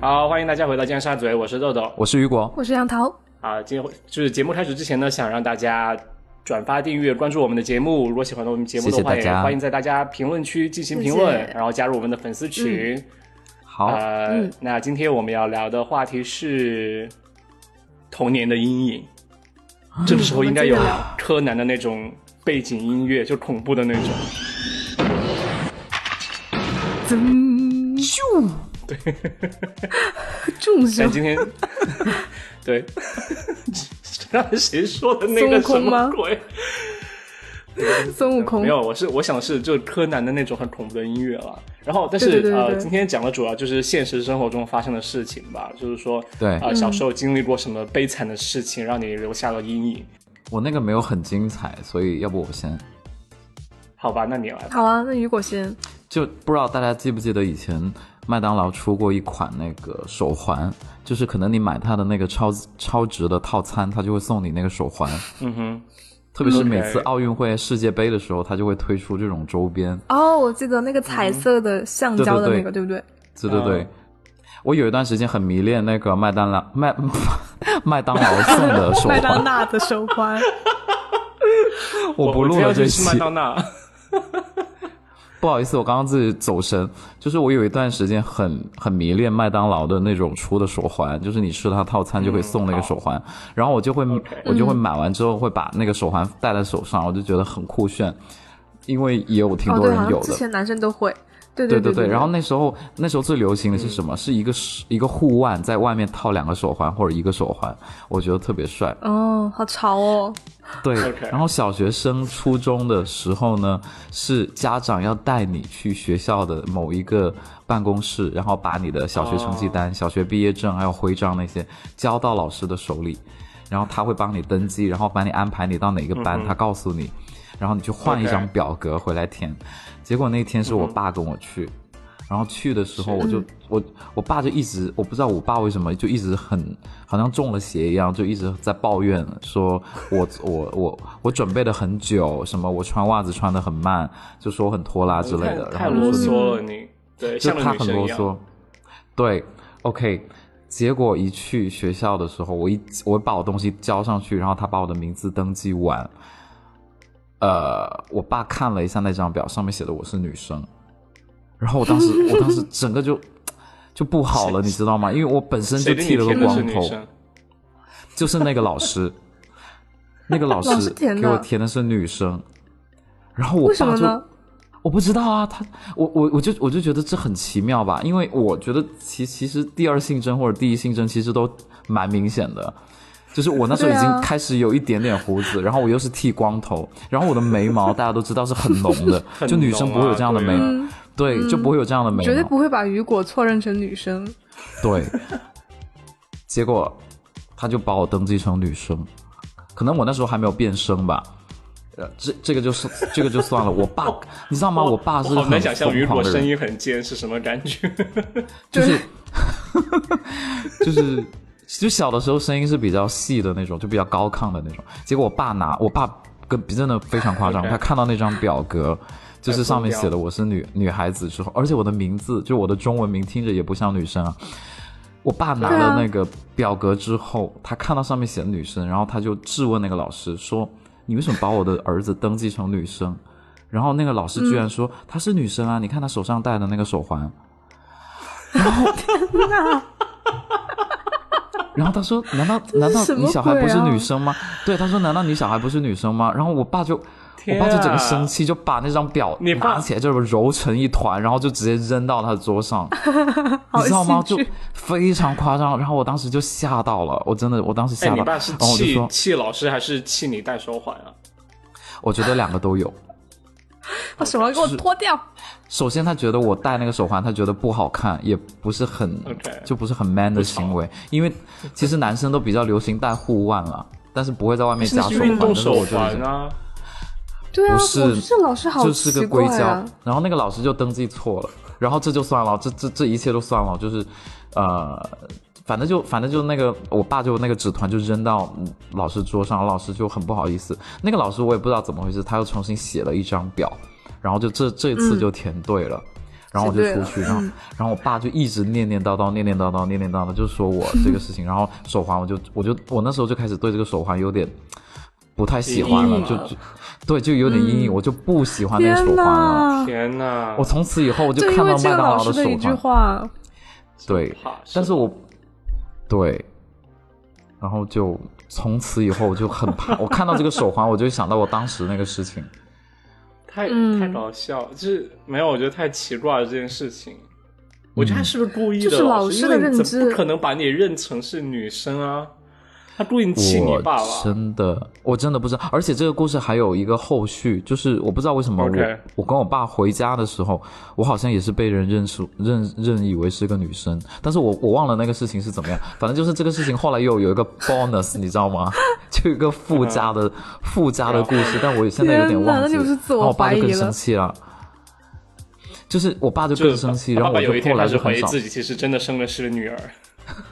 好，欢迎大家回到尖沙咀，我是豆豆。我是雨果，我是杨桃，啊，今天就是节目开始之前呢，想让大家转发、订阅、关注我们的节目。如果喜欢我们节目的话，谢谢大家也欢迎在大家评论区进行评谢论，谢然后加入我们的粉丝群。嗯好，呃，嗯那今天我们要聊的话题是童年的阴影。这个时候应该有啊我们真的聊柯南的那种背景音乐，就恐怖的 那种。众但生今天， 对， 刚才谁说的那个孙悟空什么吗鬼？ 孙悟空没，有，我是我想是就是柯南的那种很恐怖的音乐了。然后，但是对对对对呃，对今天讲的主要就是现实生活中发生的事情吧，就是说，对呃，小时候经历过什么悲惨的事情，让你留下了阴影。我那个没有很精彩，所以要不我先好吧，那你来吧。好啊，那雨果先，就不知道大家记不记得以前麦当劳出过一款那个手环，就是可能你买它的那个超超值的套餐，它就会送你那个手 环。 嗯哼，特别是每 OK 次奥运会、世界杯的时候，它就会推出这种周边。哦，我记得那个彩色的橡胶的那对对对个，对不对？对对对，嗯我有一段时间很迷恋那个麦当劳麦 麦当劳送的手哦麦当环，娜的手环，我不我录知道了这是麦期。当娜。不好意思，我刚刚自己走神，就是我有一段时间很很迷恋麦当劳的那种出的手环，就是你吃它套餐就可以送那个手环，然后我就会 OK 我就会买完之后会把那个手环戴在手上，我就觉得很酷炫，因为也有 挺哦，多对，人好有像之的。前男生都会，对对对嗯对然后那时候那时候最流行的是什么？是一个手一个护腕，在外面套两个手环或者一个手环，我觉得特别帅。哦，好潮哦，对 OK 然后小学升初中的时候呢，是家长要带你去学校的某一个办公室，然后把你的小学成绩哦单、小学毕业证还有徽章那些交到老师的手里，然后他会帮你登记，然后把你安排你到哪个班，他告诉你，然后你去换一嗯 OK 嗯张表格回来填。结果那天是我爸跟我去。然后去的时候，我就我我爸就一直我不知道我爸为什么就一直很好像中了邪一样，就一直在抱怨说我我我我准备的很久，什么我穿袜子穿的很慢，就说我很拖拉之类的，太然太后啰就说嗦了你，对，就像个他女很生一啰样。嗦。对，OK，结果一去学校的时候，我一我把我东西交上去，然后他把我的名字登记完，呃，我爸看了一下那张表，上面写的我是女生，然后我当时我 当时整个就就不好了，你知道吗？因为我本身就谁跟剃你了贴个的是光女头，生？就是那个 老师，那个老老师师填的给我填的是女生，然后我为什爸么就呢？我不知道啊，他我我我就我就觉得这很奇妙吧，因为我觉得其其实第二性征或者第一性征其实都蛮明显的，就是我那时候已对啊经开始有一点点胡子，然后我又是剃光头，然后我的眉毛 大家都知道是很浓的， 很就女生浓啊不会有这样的眉对啊毛，对就不会有这样的眉嗯绝对毛，不会把雨果错认成女生，对。结果他就把我登记成女生，可能我那时候还没有变声吧。呃，这这个就是这个就算了，我爸你知道吗？我爸是我好很难想象疯雨狂果的人声音很尖是什么感觉。就是，就是，就小的时候声音是比较细的那种，就比较高亢的那种。结果我爸拿，我爸跟真的非常夸张， OK 他看到那张表格，就是上疯面掉写的我是女女孩子之后，而且我的名字就我的中文名听着也不像女生啊。我爸拿对啊了那个表格之后，他看到上面写的女生，然后他就质问那个老师说：“你为什么把我的儿子登记成女生？”然后那个老师嗯居然说：“她是女生啊，你看她手上戴的那个手环。” 然后他说：“难道难道什么你小孩不是鬼啊女生吗？”对，他说：“难道你小孩不是女生吗？”然后我爸就， 我天啊爸就整个生气，就把那张表你爸拿起来就揉成一团，然后就直接扔到他的 桌上，你好知道吗？就戏剧非常夸张。然后我当时就吓到了，我真的，我当时吓哎，到，你爸啊然是后我就气说，气老师还是气你戴手环啊？我觉得两个都有。 把手环给我脱掉，首先，他觉得我戴那个手环，他觉得不好看，也不是很 OK 就不是很 man 的行为。因为其实男生都比较流行戴护腕了，但是不会在外面那是加啊手环。运动但是手我就已环经啊。对啊，不我是觉得这老师好就是奇个怪硅胶啊，。然后那个老师就登记错了，然后这就算了，这这这一切都算了，就是，呃，反正就反正就那个我爸就那个纸团就扔到嗯老师桌上，老师就很不好意思。那个老嗯师我也不知道怎么回事，他又重新写了一张表，然后就这这一次就填对了。然后我就对出了去，然后然后我爸就一直念念叨叨，念念叨叨，念念叨叨，就说我这个事情，然后手环我就我就我那时候就开始对这个手环有点不太喜欢阴了，影就了就对就有点阴影，我就不喜欢那个嗯天手环了。哪！天哪！我从此以后我就就看到因为麦这个当老劳师手的一句环，话，对怕，但是是我对，然后就从此以后我就很怕，我看到这个手环，我就想到我当时那个事情。太嗯太搞笑，就是没有，我觉得太奇怪了这件事情。我觉得他是不是故意的？嗯就是老师师的因为你认怎么知不可能把你认成是女生啊，他故意气你我爸爸。真的，我真的不知道。而且这个故事还有一个后续，就是我不知道为什么我 OK 我跟我爸回家的时候，我好像也是被人认出认认以为是个女生，但是我我忘了那个事情是怎么样。反正就是这个事情后来又有一个 bonus，你知道吗？ 就有一个附加嗯的附加的故事，但我现在有点天哪忘记。那你不是自然我后我爸怀就疑更了生气了。就是我爸就就更是生气，他然后爸我爸就有一天后来开始就怀很疑少自己其实真的生的是个女儿。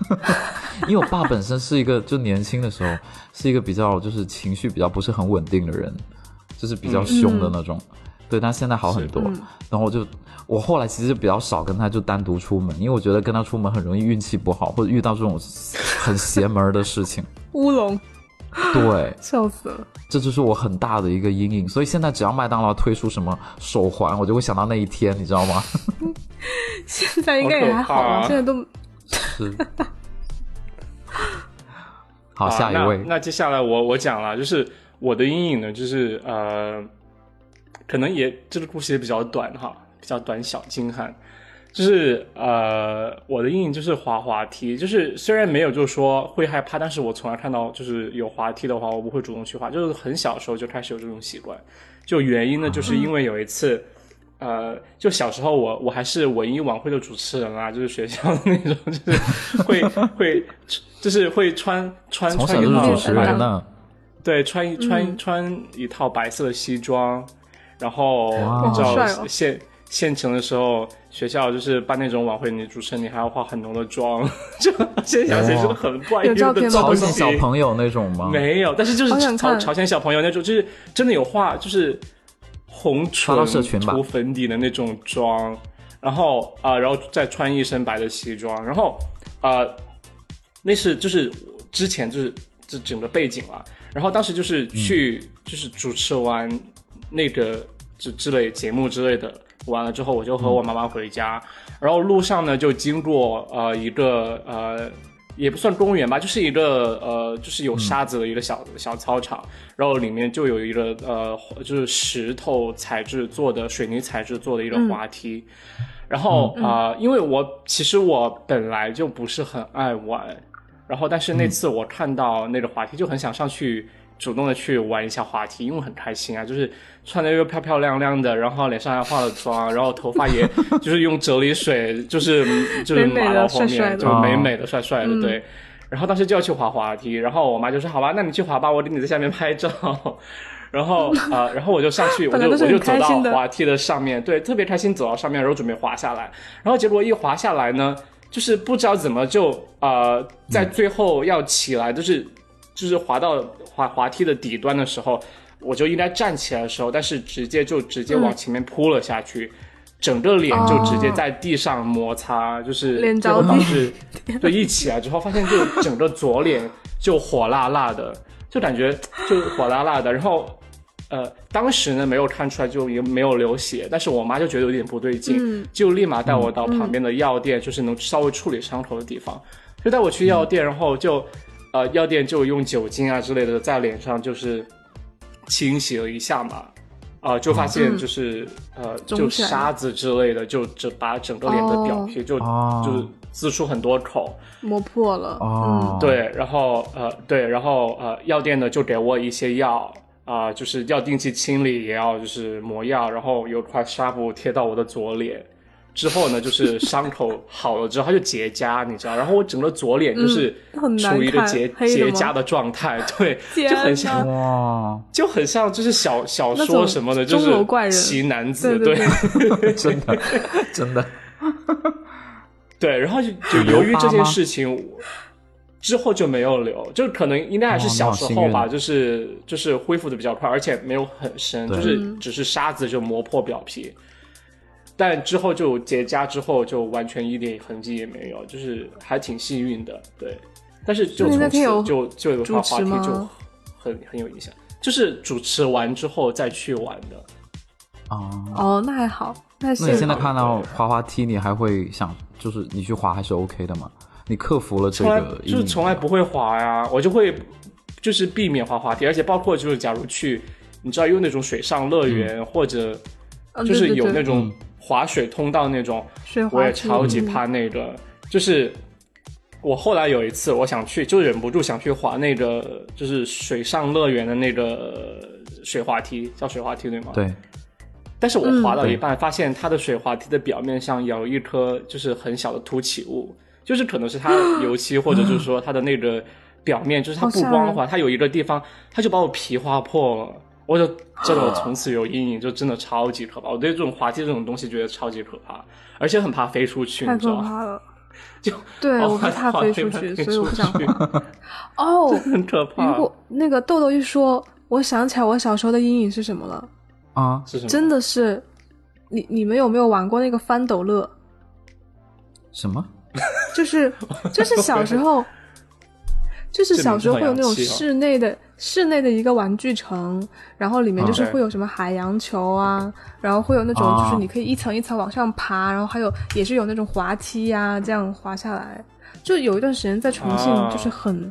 因为我爸本身是一个，就年轻的时候是一个比较就是情绪比较不是很稳定的人，就是比较凶的那种。对他现在好很多，嗯然后我就我后来其实比较少跟他就单独出门，因为我觉得跟他出门很容易运气不好，或者遇到这种很邪门儿的事情。乌龙，对，笑死了。这就是我很大的一个阴影。所以现在只要麦当劳推出什么手环，我就会想到那一天，你知道吗？ 现在应该也还好好可吧，怕啊现在都是。好，下一啊位那。那接下来我我讲了，就是我的阴影呢，就是呃，可能也这个故事也比较短哈，比较短小精悍。就是呃，我的阴影就是滑滑梯，就是虽然没有就是说会害怕，但是我从来看到就是有滑梯的话，我不会主动去滑，就是很小的时候就开始有这种习惯。就原因呢，就是嗯因为有一次，呃，就小时候我我还是文艺晚会的主持人啊，就是学校的那种，就是 会会就是会穿穿从小穿一就是套主持白人呢，对，穿一穿嗯穿一套白色的西装，然后哇你知好道帅哦县县城的时候，学校就是办那种晚会，你主持人你还要化很浓的妆， 就现在想起来就是很怪异有照片 的吗朝东鲜西。小朋友那种吗？没有，但是就是好想朝看朝鲜小朋友那种，就是真的有画，就是红唇发到社群吧涂粉底的那种妆，然后啊、然后再穿一身白的西装，然后啊、那是就是之前就是这整个背景了，然后当时就是去、嗯就是主持完那个之之类节目之类的。完了之后，我就和我妈妈回家，然后路上呢就经过呃一个呃也不算公园吧，就是一个呃，就是有沙子的一个小、小操场，然后里面就有一个呃，就是石头材质做的水泥材质做的一个滑梯，然后啊、呃因为我其实我本来就不是很爱玩，然后但是那次我看到那个滑梯就很想上去。主动的去玩一下滑梯，因为很开心啊，就是穿的又漂漂亮亮的，然后脸上还化了妆，然后头发也就是用啫喱水， 就是就是美美抹的到后帅面，帅的就美哦美的、帅帅的，对。然后当时就要去滑滑梯，然后我妈就说：“好吧，那你去滑吧，我给你在下面拍照。” 然后啊、呃然后我就上去，我 本来就都是我就很走开到心的滑梯的上面，对，特别开心走到上面，然后准备滑下来，然后结果一滑下来呢，就是不知道怎么就呃在最后要起来，就是就是滑到滑滑梯的底端的时候，我就应该站起来的时候，但是直接就直接嗯往前面扑了下去，整个脸就直哦接在地上摩擦，就是脸最后着地当时对一起来之后，发现就整个左脸就火辣辣的，就感觉就火辣辣的，然后。呃，当时呢没有看出来，就也没有流血，但是我妈就觉得有点不对劲，嗯就立马带我到旁边的药店，就是能稍微处理伤口的地方，就带我去药店，然后就，呃，药店就用酒精啊之类的在脸上就是清洗了一下嘛，啊、就发现就是、呃，肿就起来沙子之类的，就只把整个脸的表皮就、哦就是滋出很多口，磨破了。哦，，对，然后呃，对，然后呃，药店呢就给我一些药啊、就是要定期清理，也要就是抹药，然后有块纱布贴到我的左脸。之后呢，就是伤口好了之后，它就结痂，你知道。然后我整个左脸就是嗯很难处于一个看结黑的结吗痂的状态，对， 天就很哪像哇，就很像就是小小那说种什么的，就钟楼怪是人奇男子，对 对真的，真的，对，然后就 就有由留于疤这件吗事情，我之后就没有留，就可能应该还是哦小那好时幸候运吧，就是就是嗯恢复的比较快，而且没有很深，对就是只是沙子就磨破表皮。但之后就结痂之后就完全一点痕迹也没有，就是还挺幸运的，对。但是就那你那从天有此就就有主话持话题吗就很很有影响，就是主持完之后再去玩的，啊。哦，那还好，那那你幸现在好。看到滑滑梯，你还会想，就是你去滑还是 OK 的吗？你克服了这从来个阴就是影，从来不会滑呀、我就会就是避免滑滑梯，而且包括就是假如去，你知道有那种水上乐园、或者嗯就对是对有对那种滑水通道那种，水我滑也梯超级怕那个，就是。我后来有一次，我想去，就忍不住想去滑那个，就是水上乐园的那个水滑梯，叫水滑梯对吗？。对，但是我滑到嗯一半，发现它的水滑梯的表面上有一颗就是很小的凸起物，就是可能是它的油漆，或者就是说它的那个表面，就是它好布吓光的人话，它有一个地方，它就把我皮划破了。我就真的我从此有阴哦影，就真的超级可怕。我对这种滑梯这种东西觉得超级可怕，而且很怕飞出去，太你知可道吗？怕了。 就 对，哦我是怕滑飞梯出怕 去，飞所以我出不想去滑。 哦，很可如怕。果那个豆豆一说，我想起来我小时候的阴影是什么了，啊，是什么？真的是，你你们有没有玩过那个翻斗乐？什么？就是就是小时候，就 是这小名字时候好会有那种洋气哦室内的、室内的一个玩具城，然后里面就是嗯会有什么海洋球啊，然后会有那种啊就是你可以一层一层往上爬，然后还有也是有那种滑梯呀，这样滑下来。就有一段时间在重庆啊就是很、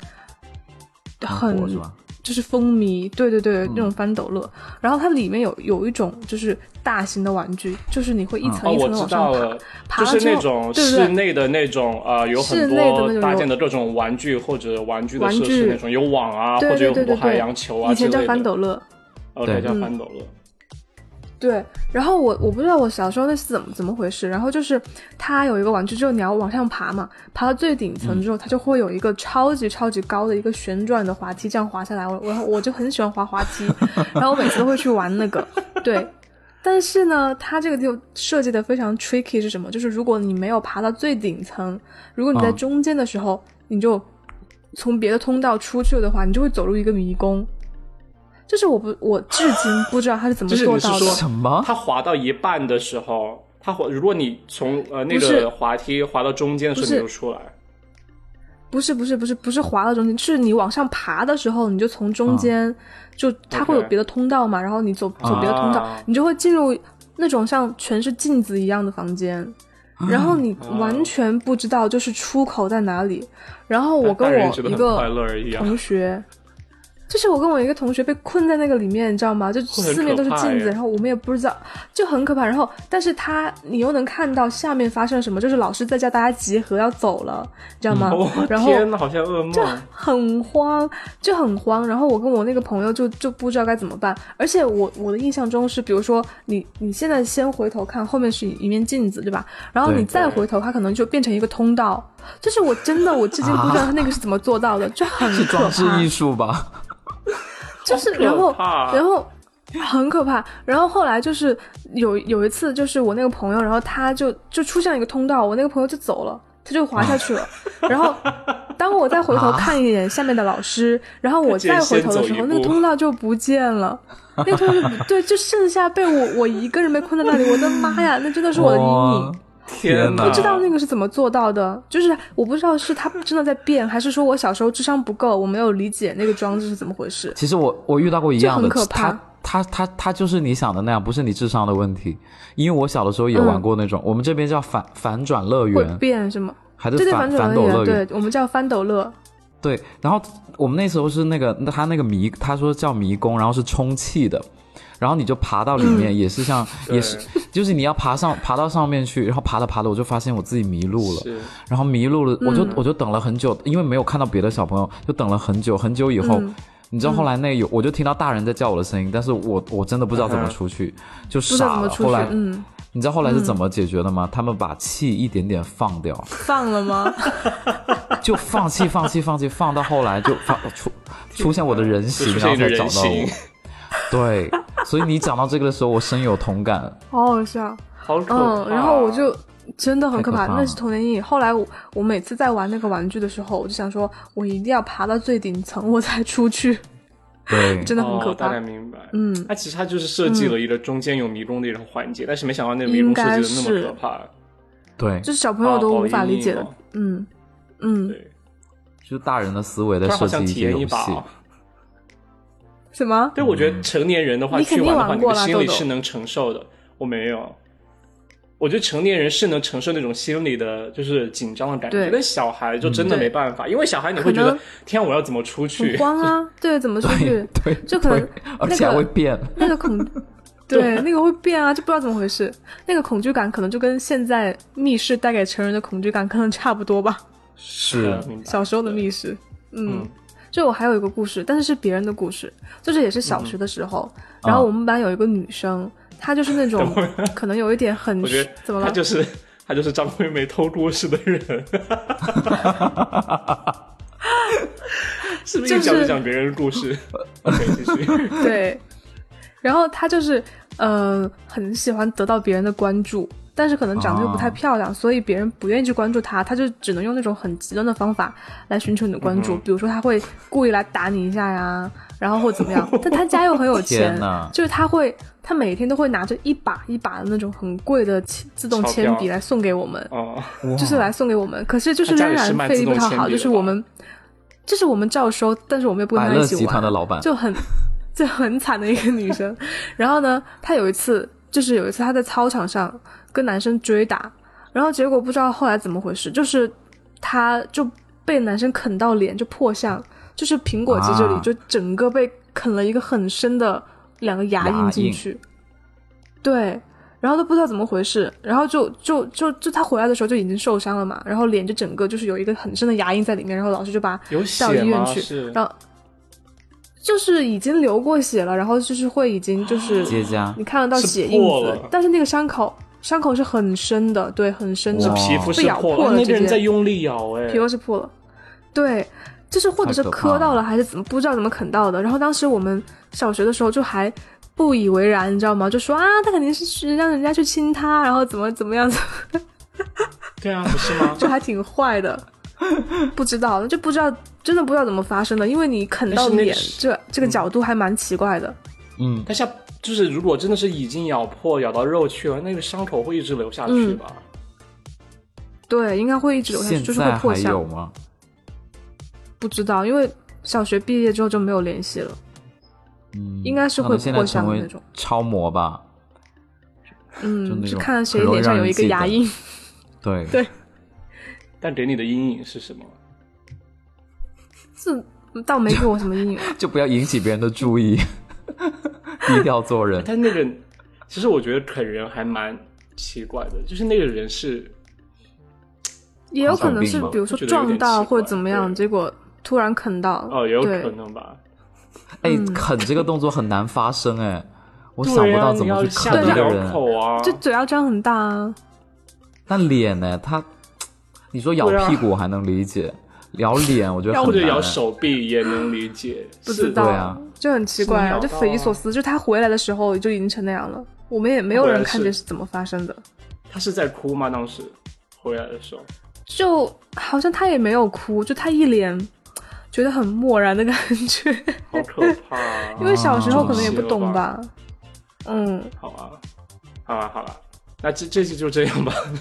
韩国是很吧？就是风靡，对对嗯对，那种翻斗乐。然后它里面有有一种就是大型的玩具，就是你会一层哦，一我层的知往上道爬，了，爬就了是之那后，种对不室对内的那种呃，有室很内的那多种搭有建的各种玩具或者玩具的玩设施具那种，有网啊，对或者对有很对多对海对洋球啊以之前叫类翻的。斗乐。哦，对，对叫嗯翻斗乐。对，然后我我不知道我小时候那是怎么怎么回事，然后就是它有一个玩具之后你要往上爬嘛，爬到最顶嗯层之后，它就会有一个超级超级高的一个旋转的滑梯，这样滑下来，我我我就很喜欢滑滑 梯，然后我每次都会去玩那个，对。但是呢，它这个就设计的非常 tricky 是什么？就是如果你没有爬到最顶层，如果你在嗯中间的时候，你就从别的通道出去了的话，你就会走入一个迷宫。就是我不，我至今不知道它是怎么就是做你是到的。说什么？它滑到一半的时候，它滑，如果你从呃那不是个滑梯滑到中间的时候，不你是就出来。不是不是不是不是滑到中间，是你往上爬的时候，你就从中间、就它会有啊 OK 别的通道嘛，然后你走走别的通道，啊你就会进入那种像全是镜子一样的房间，啊然后你完全不知道就是出口在哪里。然后我跟大人我觉得一很个快乐而已啊。同学，就是我跟我一个同学被困在那个里面，你知道吗？就很四面都是可怕镜耶子，然后我们也不知道，就很可怕。然后，但是他你又能看到下面发生了什么，就是老师在叫大家集合要走了，你知道吗？ 哦然后天呐，好像噩梦。很慌，就很慌。然后我跟我那个朋友就就不知道该怎么办。而且我我的印象中是，比如说你你现在先回头看，后面是一面镜子，对吧？然后对你再回头，它可能就变成一个通道。就是我真的我至今不知道他那个是怎么做到的，就 很是可装置怕艺。术吧？就是好可然后怕啊然后很可怕。然后后来就是有有一次，就是我那个朋友，然后他就就出现了一个通道，我那个朋友就走了，他就滑下 去了。然后当我再回头啊看一眼下面的老师，然后我他竟再然回头的先走时一候，那个步通道就不见了。那个通道就对，就剩下被我我一个人被困在那里，我的妈呀，那真的是我的阴影哇。天呐呐，不知道那个是怎么做到的，就是我不知道是他真的在变，还是说我小时候智商不够，我没有理解那个装置是怎么回事。其实我我遇到过一样的，就很可怕他他他他就是你想的那样，不是你智商的问题。因为我小的时候也玩过那种，我们这边叫反反转乐嗯会园，变什么？还是对对，反反转斗乐乐园对我们叫翻斗乐，对。然后我们那时候是那个他那个迷，他说叫迷宫，然后是充气的。然后你就爬到里嗯面，也是像，也是，就是你要爬上，爬到上面去，然后爬着爬着，我就发现我自己迷路了，是然后迷路了，我嗯就我就等了很久，因为没有看到别的小朋友，就等了很久很久以后，嗯你知道后来那有我就听到大人在叫我的声音，但是我我真的不知道怎么出去，就不知道傻怎么了。出后去来， 嗯，你知道后来是怎么解决的吗？他们把气一点点放掉，放了吗？就放弃放弃放弃，放到后来就放出出现我的人就形，出然现后一个才找人到形我。，对，所以你讲到这个的时候，我深有同感。 好好 笑，好可怕。啊嗯，然后我就真的很可怕，太可怕了那是童年阴影。后来我我每次在玩那个玩具的时候，我就想说，我一定要爬到最顶层我才出去，对，真的很可哦、大怕。概明白。嗯，它其实它就是设计了一个中间有迷宫的一个环节，但是没想到那个迷宫应设该计的那么是可怕。对，就是小朋友啊都好无法阴理解影的。哦嗯嗯，对，就是大人的思维突在然好设想计体些验一游把、戏哦。。什么？对，我觉嗯得成年人的话，你肯去定玩的话，玩你过的啦心豆理豆是能承受的。我没有，我觉得成年人是能承受那种心理的，就是紧张的感觉对。但小孩就真的嗯没办法，因为小孩你可会觉能得天啊，我要怎么出去很？慌啊！对，怎么出对去？对，就可能对而且还会变。那个 嗯恐，对，那个会变啊，就不知道怎么回事。那个恐惧感可能就跟现在密室带给成人的恐惧感可能差不多吧。是嗯明白小时候的密室，嗯，就我还有一个故事，但是是别人的故事，就是也是小学的时候，嗯然啊后我们班有一个女生，她就是 那种 可能有一点很我觉得怎么他了？就是他就是张惠妹偷故事的 人，是不是一讲就是就讲别人的故 事？OK，继续。对，然后她就是呃很喜欢得到别人的关注，但是可能长得又不太啊漂亮，所以别人不愿意去关注她，她就只能用那种很极端的方法来寻求你的关嗯注，比如说她会故意来打你一下呀，然后或怎么 样，但她家又很有天，钱啊呐，就是他会，他每天都会拿着一把一把的那种很贵的铅自动钞铅笔票来送给我们，哦，就是来送给我们。可是就是他家仍里是然卖费力自不动讨铅好，笔就的是我吧们，就是我们照收，但是我们也不跟百他一乐起集团玩，的老板就很 就很惨的一个女生。然后呢，她有一次就是有一次她在操场上跟男生追打，然后结果不知道后来怎么回事，就是她就被男生啃到脸，就破相，就是苹果肌这里啊就整个被啃了一个很深的两个牙牙印进印去，对。然后都不知道怎么回事，然后就就就就他回来的时候就已经受伤了嘛，然后脸就整个就是有一个很深的牙印在里面，然后老师就把有到血医院吗？去，是然后就是已经流过血了，然后就是会已经就是结痂你看得到是血印破子了，但是那个伤口伤口是很深的，对，很深的哇，皮肤被是咬破破了，了那直个人接在用力咬， 哎皮，肤是破了，对，就是或者是太可怕磕到了了，还是怎么不知道怎么啃到的。然后当时我们小学的时候就还不以为然，你知道吗？就说啊，他肯定是去让人家去亲他，然后怎么怎么样，对啊，不是吗？就还挺坏的。不知道，就不知道，真的不知道怎么发生的，因为你啃但到是那个脸，是嗯这这个角度还蛮奇怪的。嗯，但是就是如果真的是已经咬破咬到肉去了，那个伤口会一直流下去嗯吧？对，应该会一直留下去，现就是会在破还相有。吗？不知道，因为小学毕业之后就没有联系了，嗯，应该是他会们现在破相成的为那种。超模吧？就嗯，那就种看谁很容易脸上让有人一个记牙得印。对对但给你的阴影是什么？这倒没给我什 么阴影。就不要引起别人的注 意，低调做人。但那个，其实我觉得啃人还蛮奇怪的，就是那个人是也有可能狂是犬病吗比如说觉得有撞点到奇或者怪怎么样，对结果突然啃到。哦，也有对可能吧。哎，啃这个动作很难发生哎，我想对不到啊，怎你么要去下啃得一个了人。口啊，就嘴要张很大啊。但脸呢？他，你说咬对啊屁股我还能理解，咬脸我觉得或很者难。啊咬手臂也能理解，不是知道，对啊就很奇怪啊，是就秒匪夷到啊所思。就他回来的时候就已经成那样了，我们也没有回来人是看见是怎么发生的，他是在哭吗？当时回来的时候，就好像他也没有哭，就他一脸觉得很漠然的感觉，好可怕、啊 因。为小时候可能也不懂啊吧。嗯，好啊，好啊，好啊，那这这期就这样吧。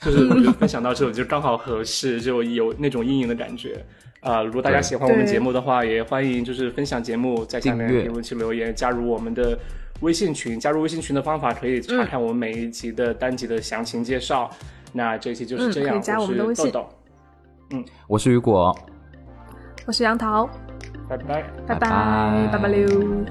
就是我觉得分享到这里就刚好合适，就有那种阴影的感觉。啊、如果大家喜欢我们对节目的话，也欢迎就是分享节目，在下面订阅评论区留言，加入我们的微信群。加入微信群的方法可以嗯查看我们每一集的单集的详情介绍。那这一期就是嗯这可样，以加我们的微是信豆豆，我是雨果，我是杨桃，拜拜。拜拜拜拜溜。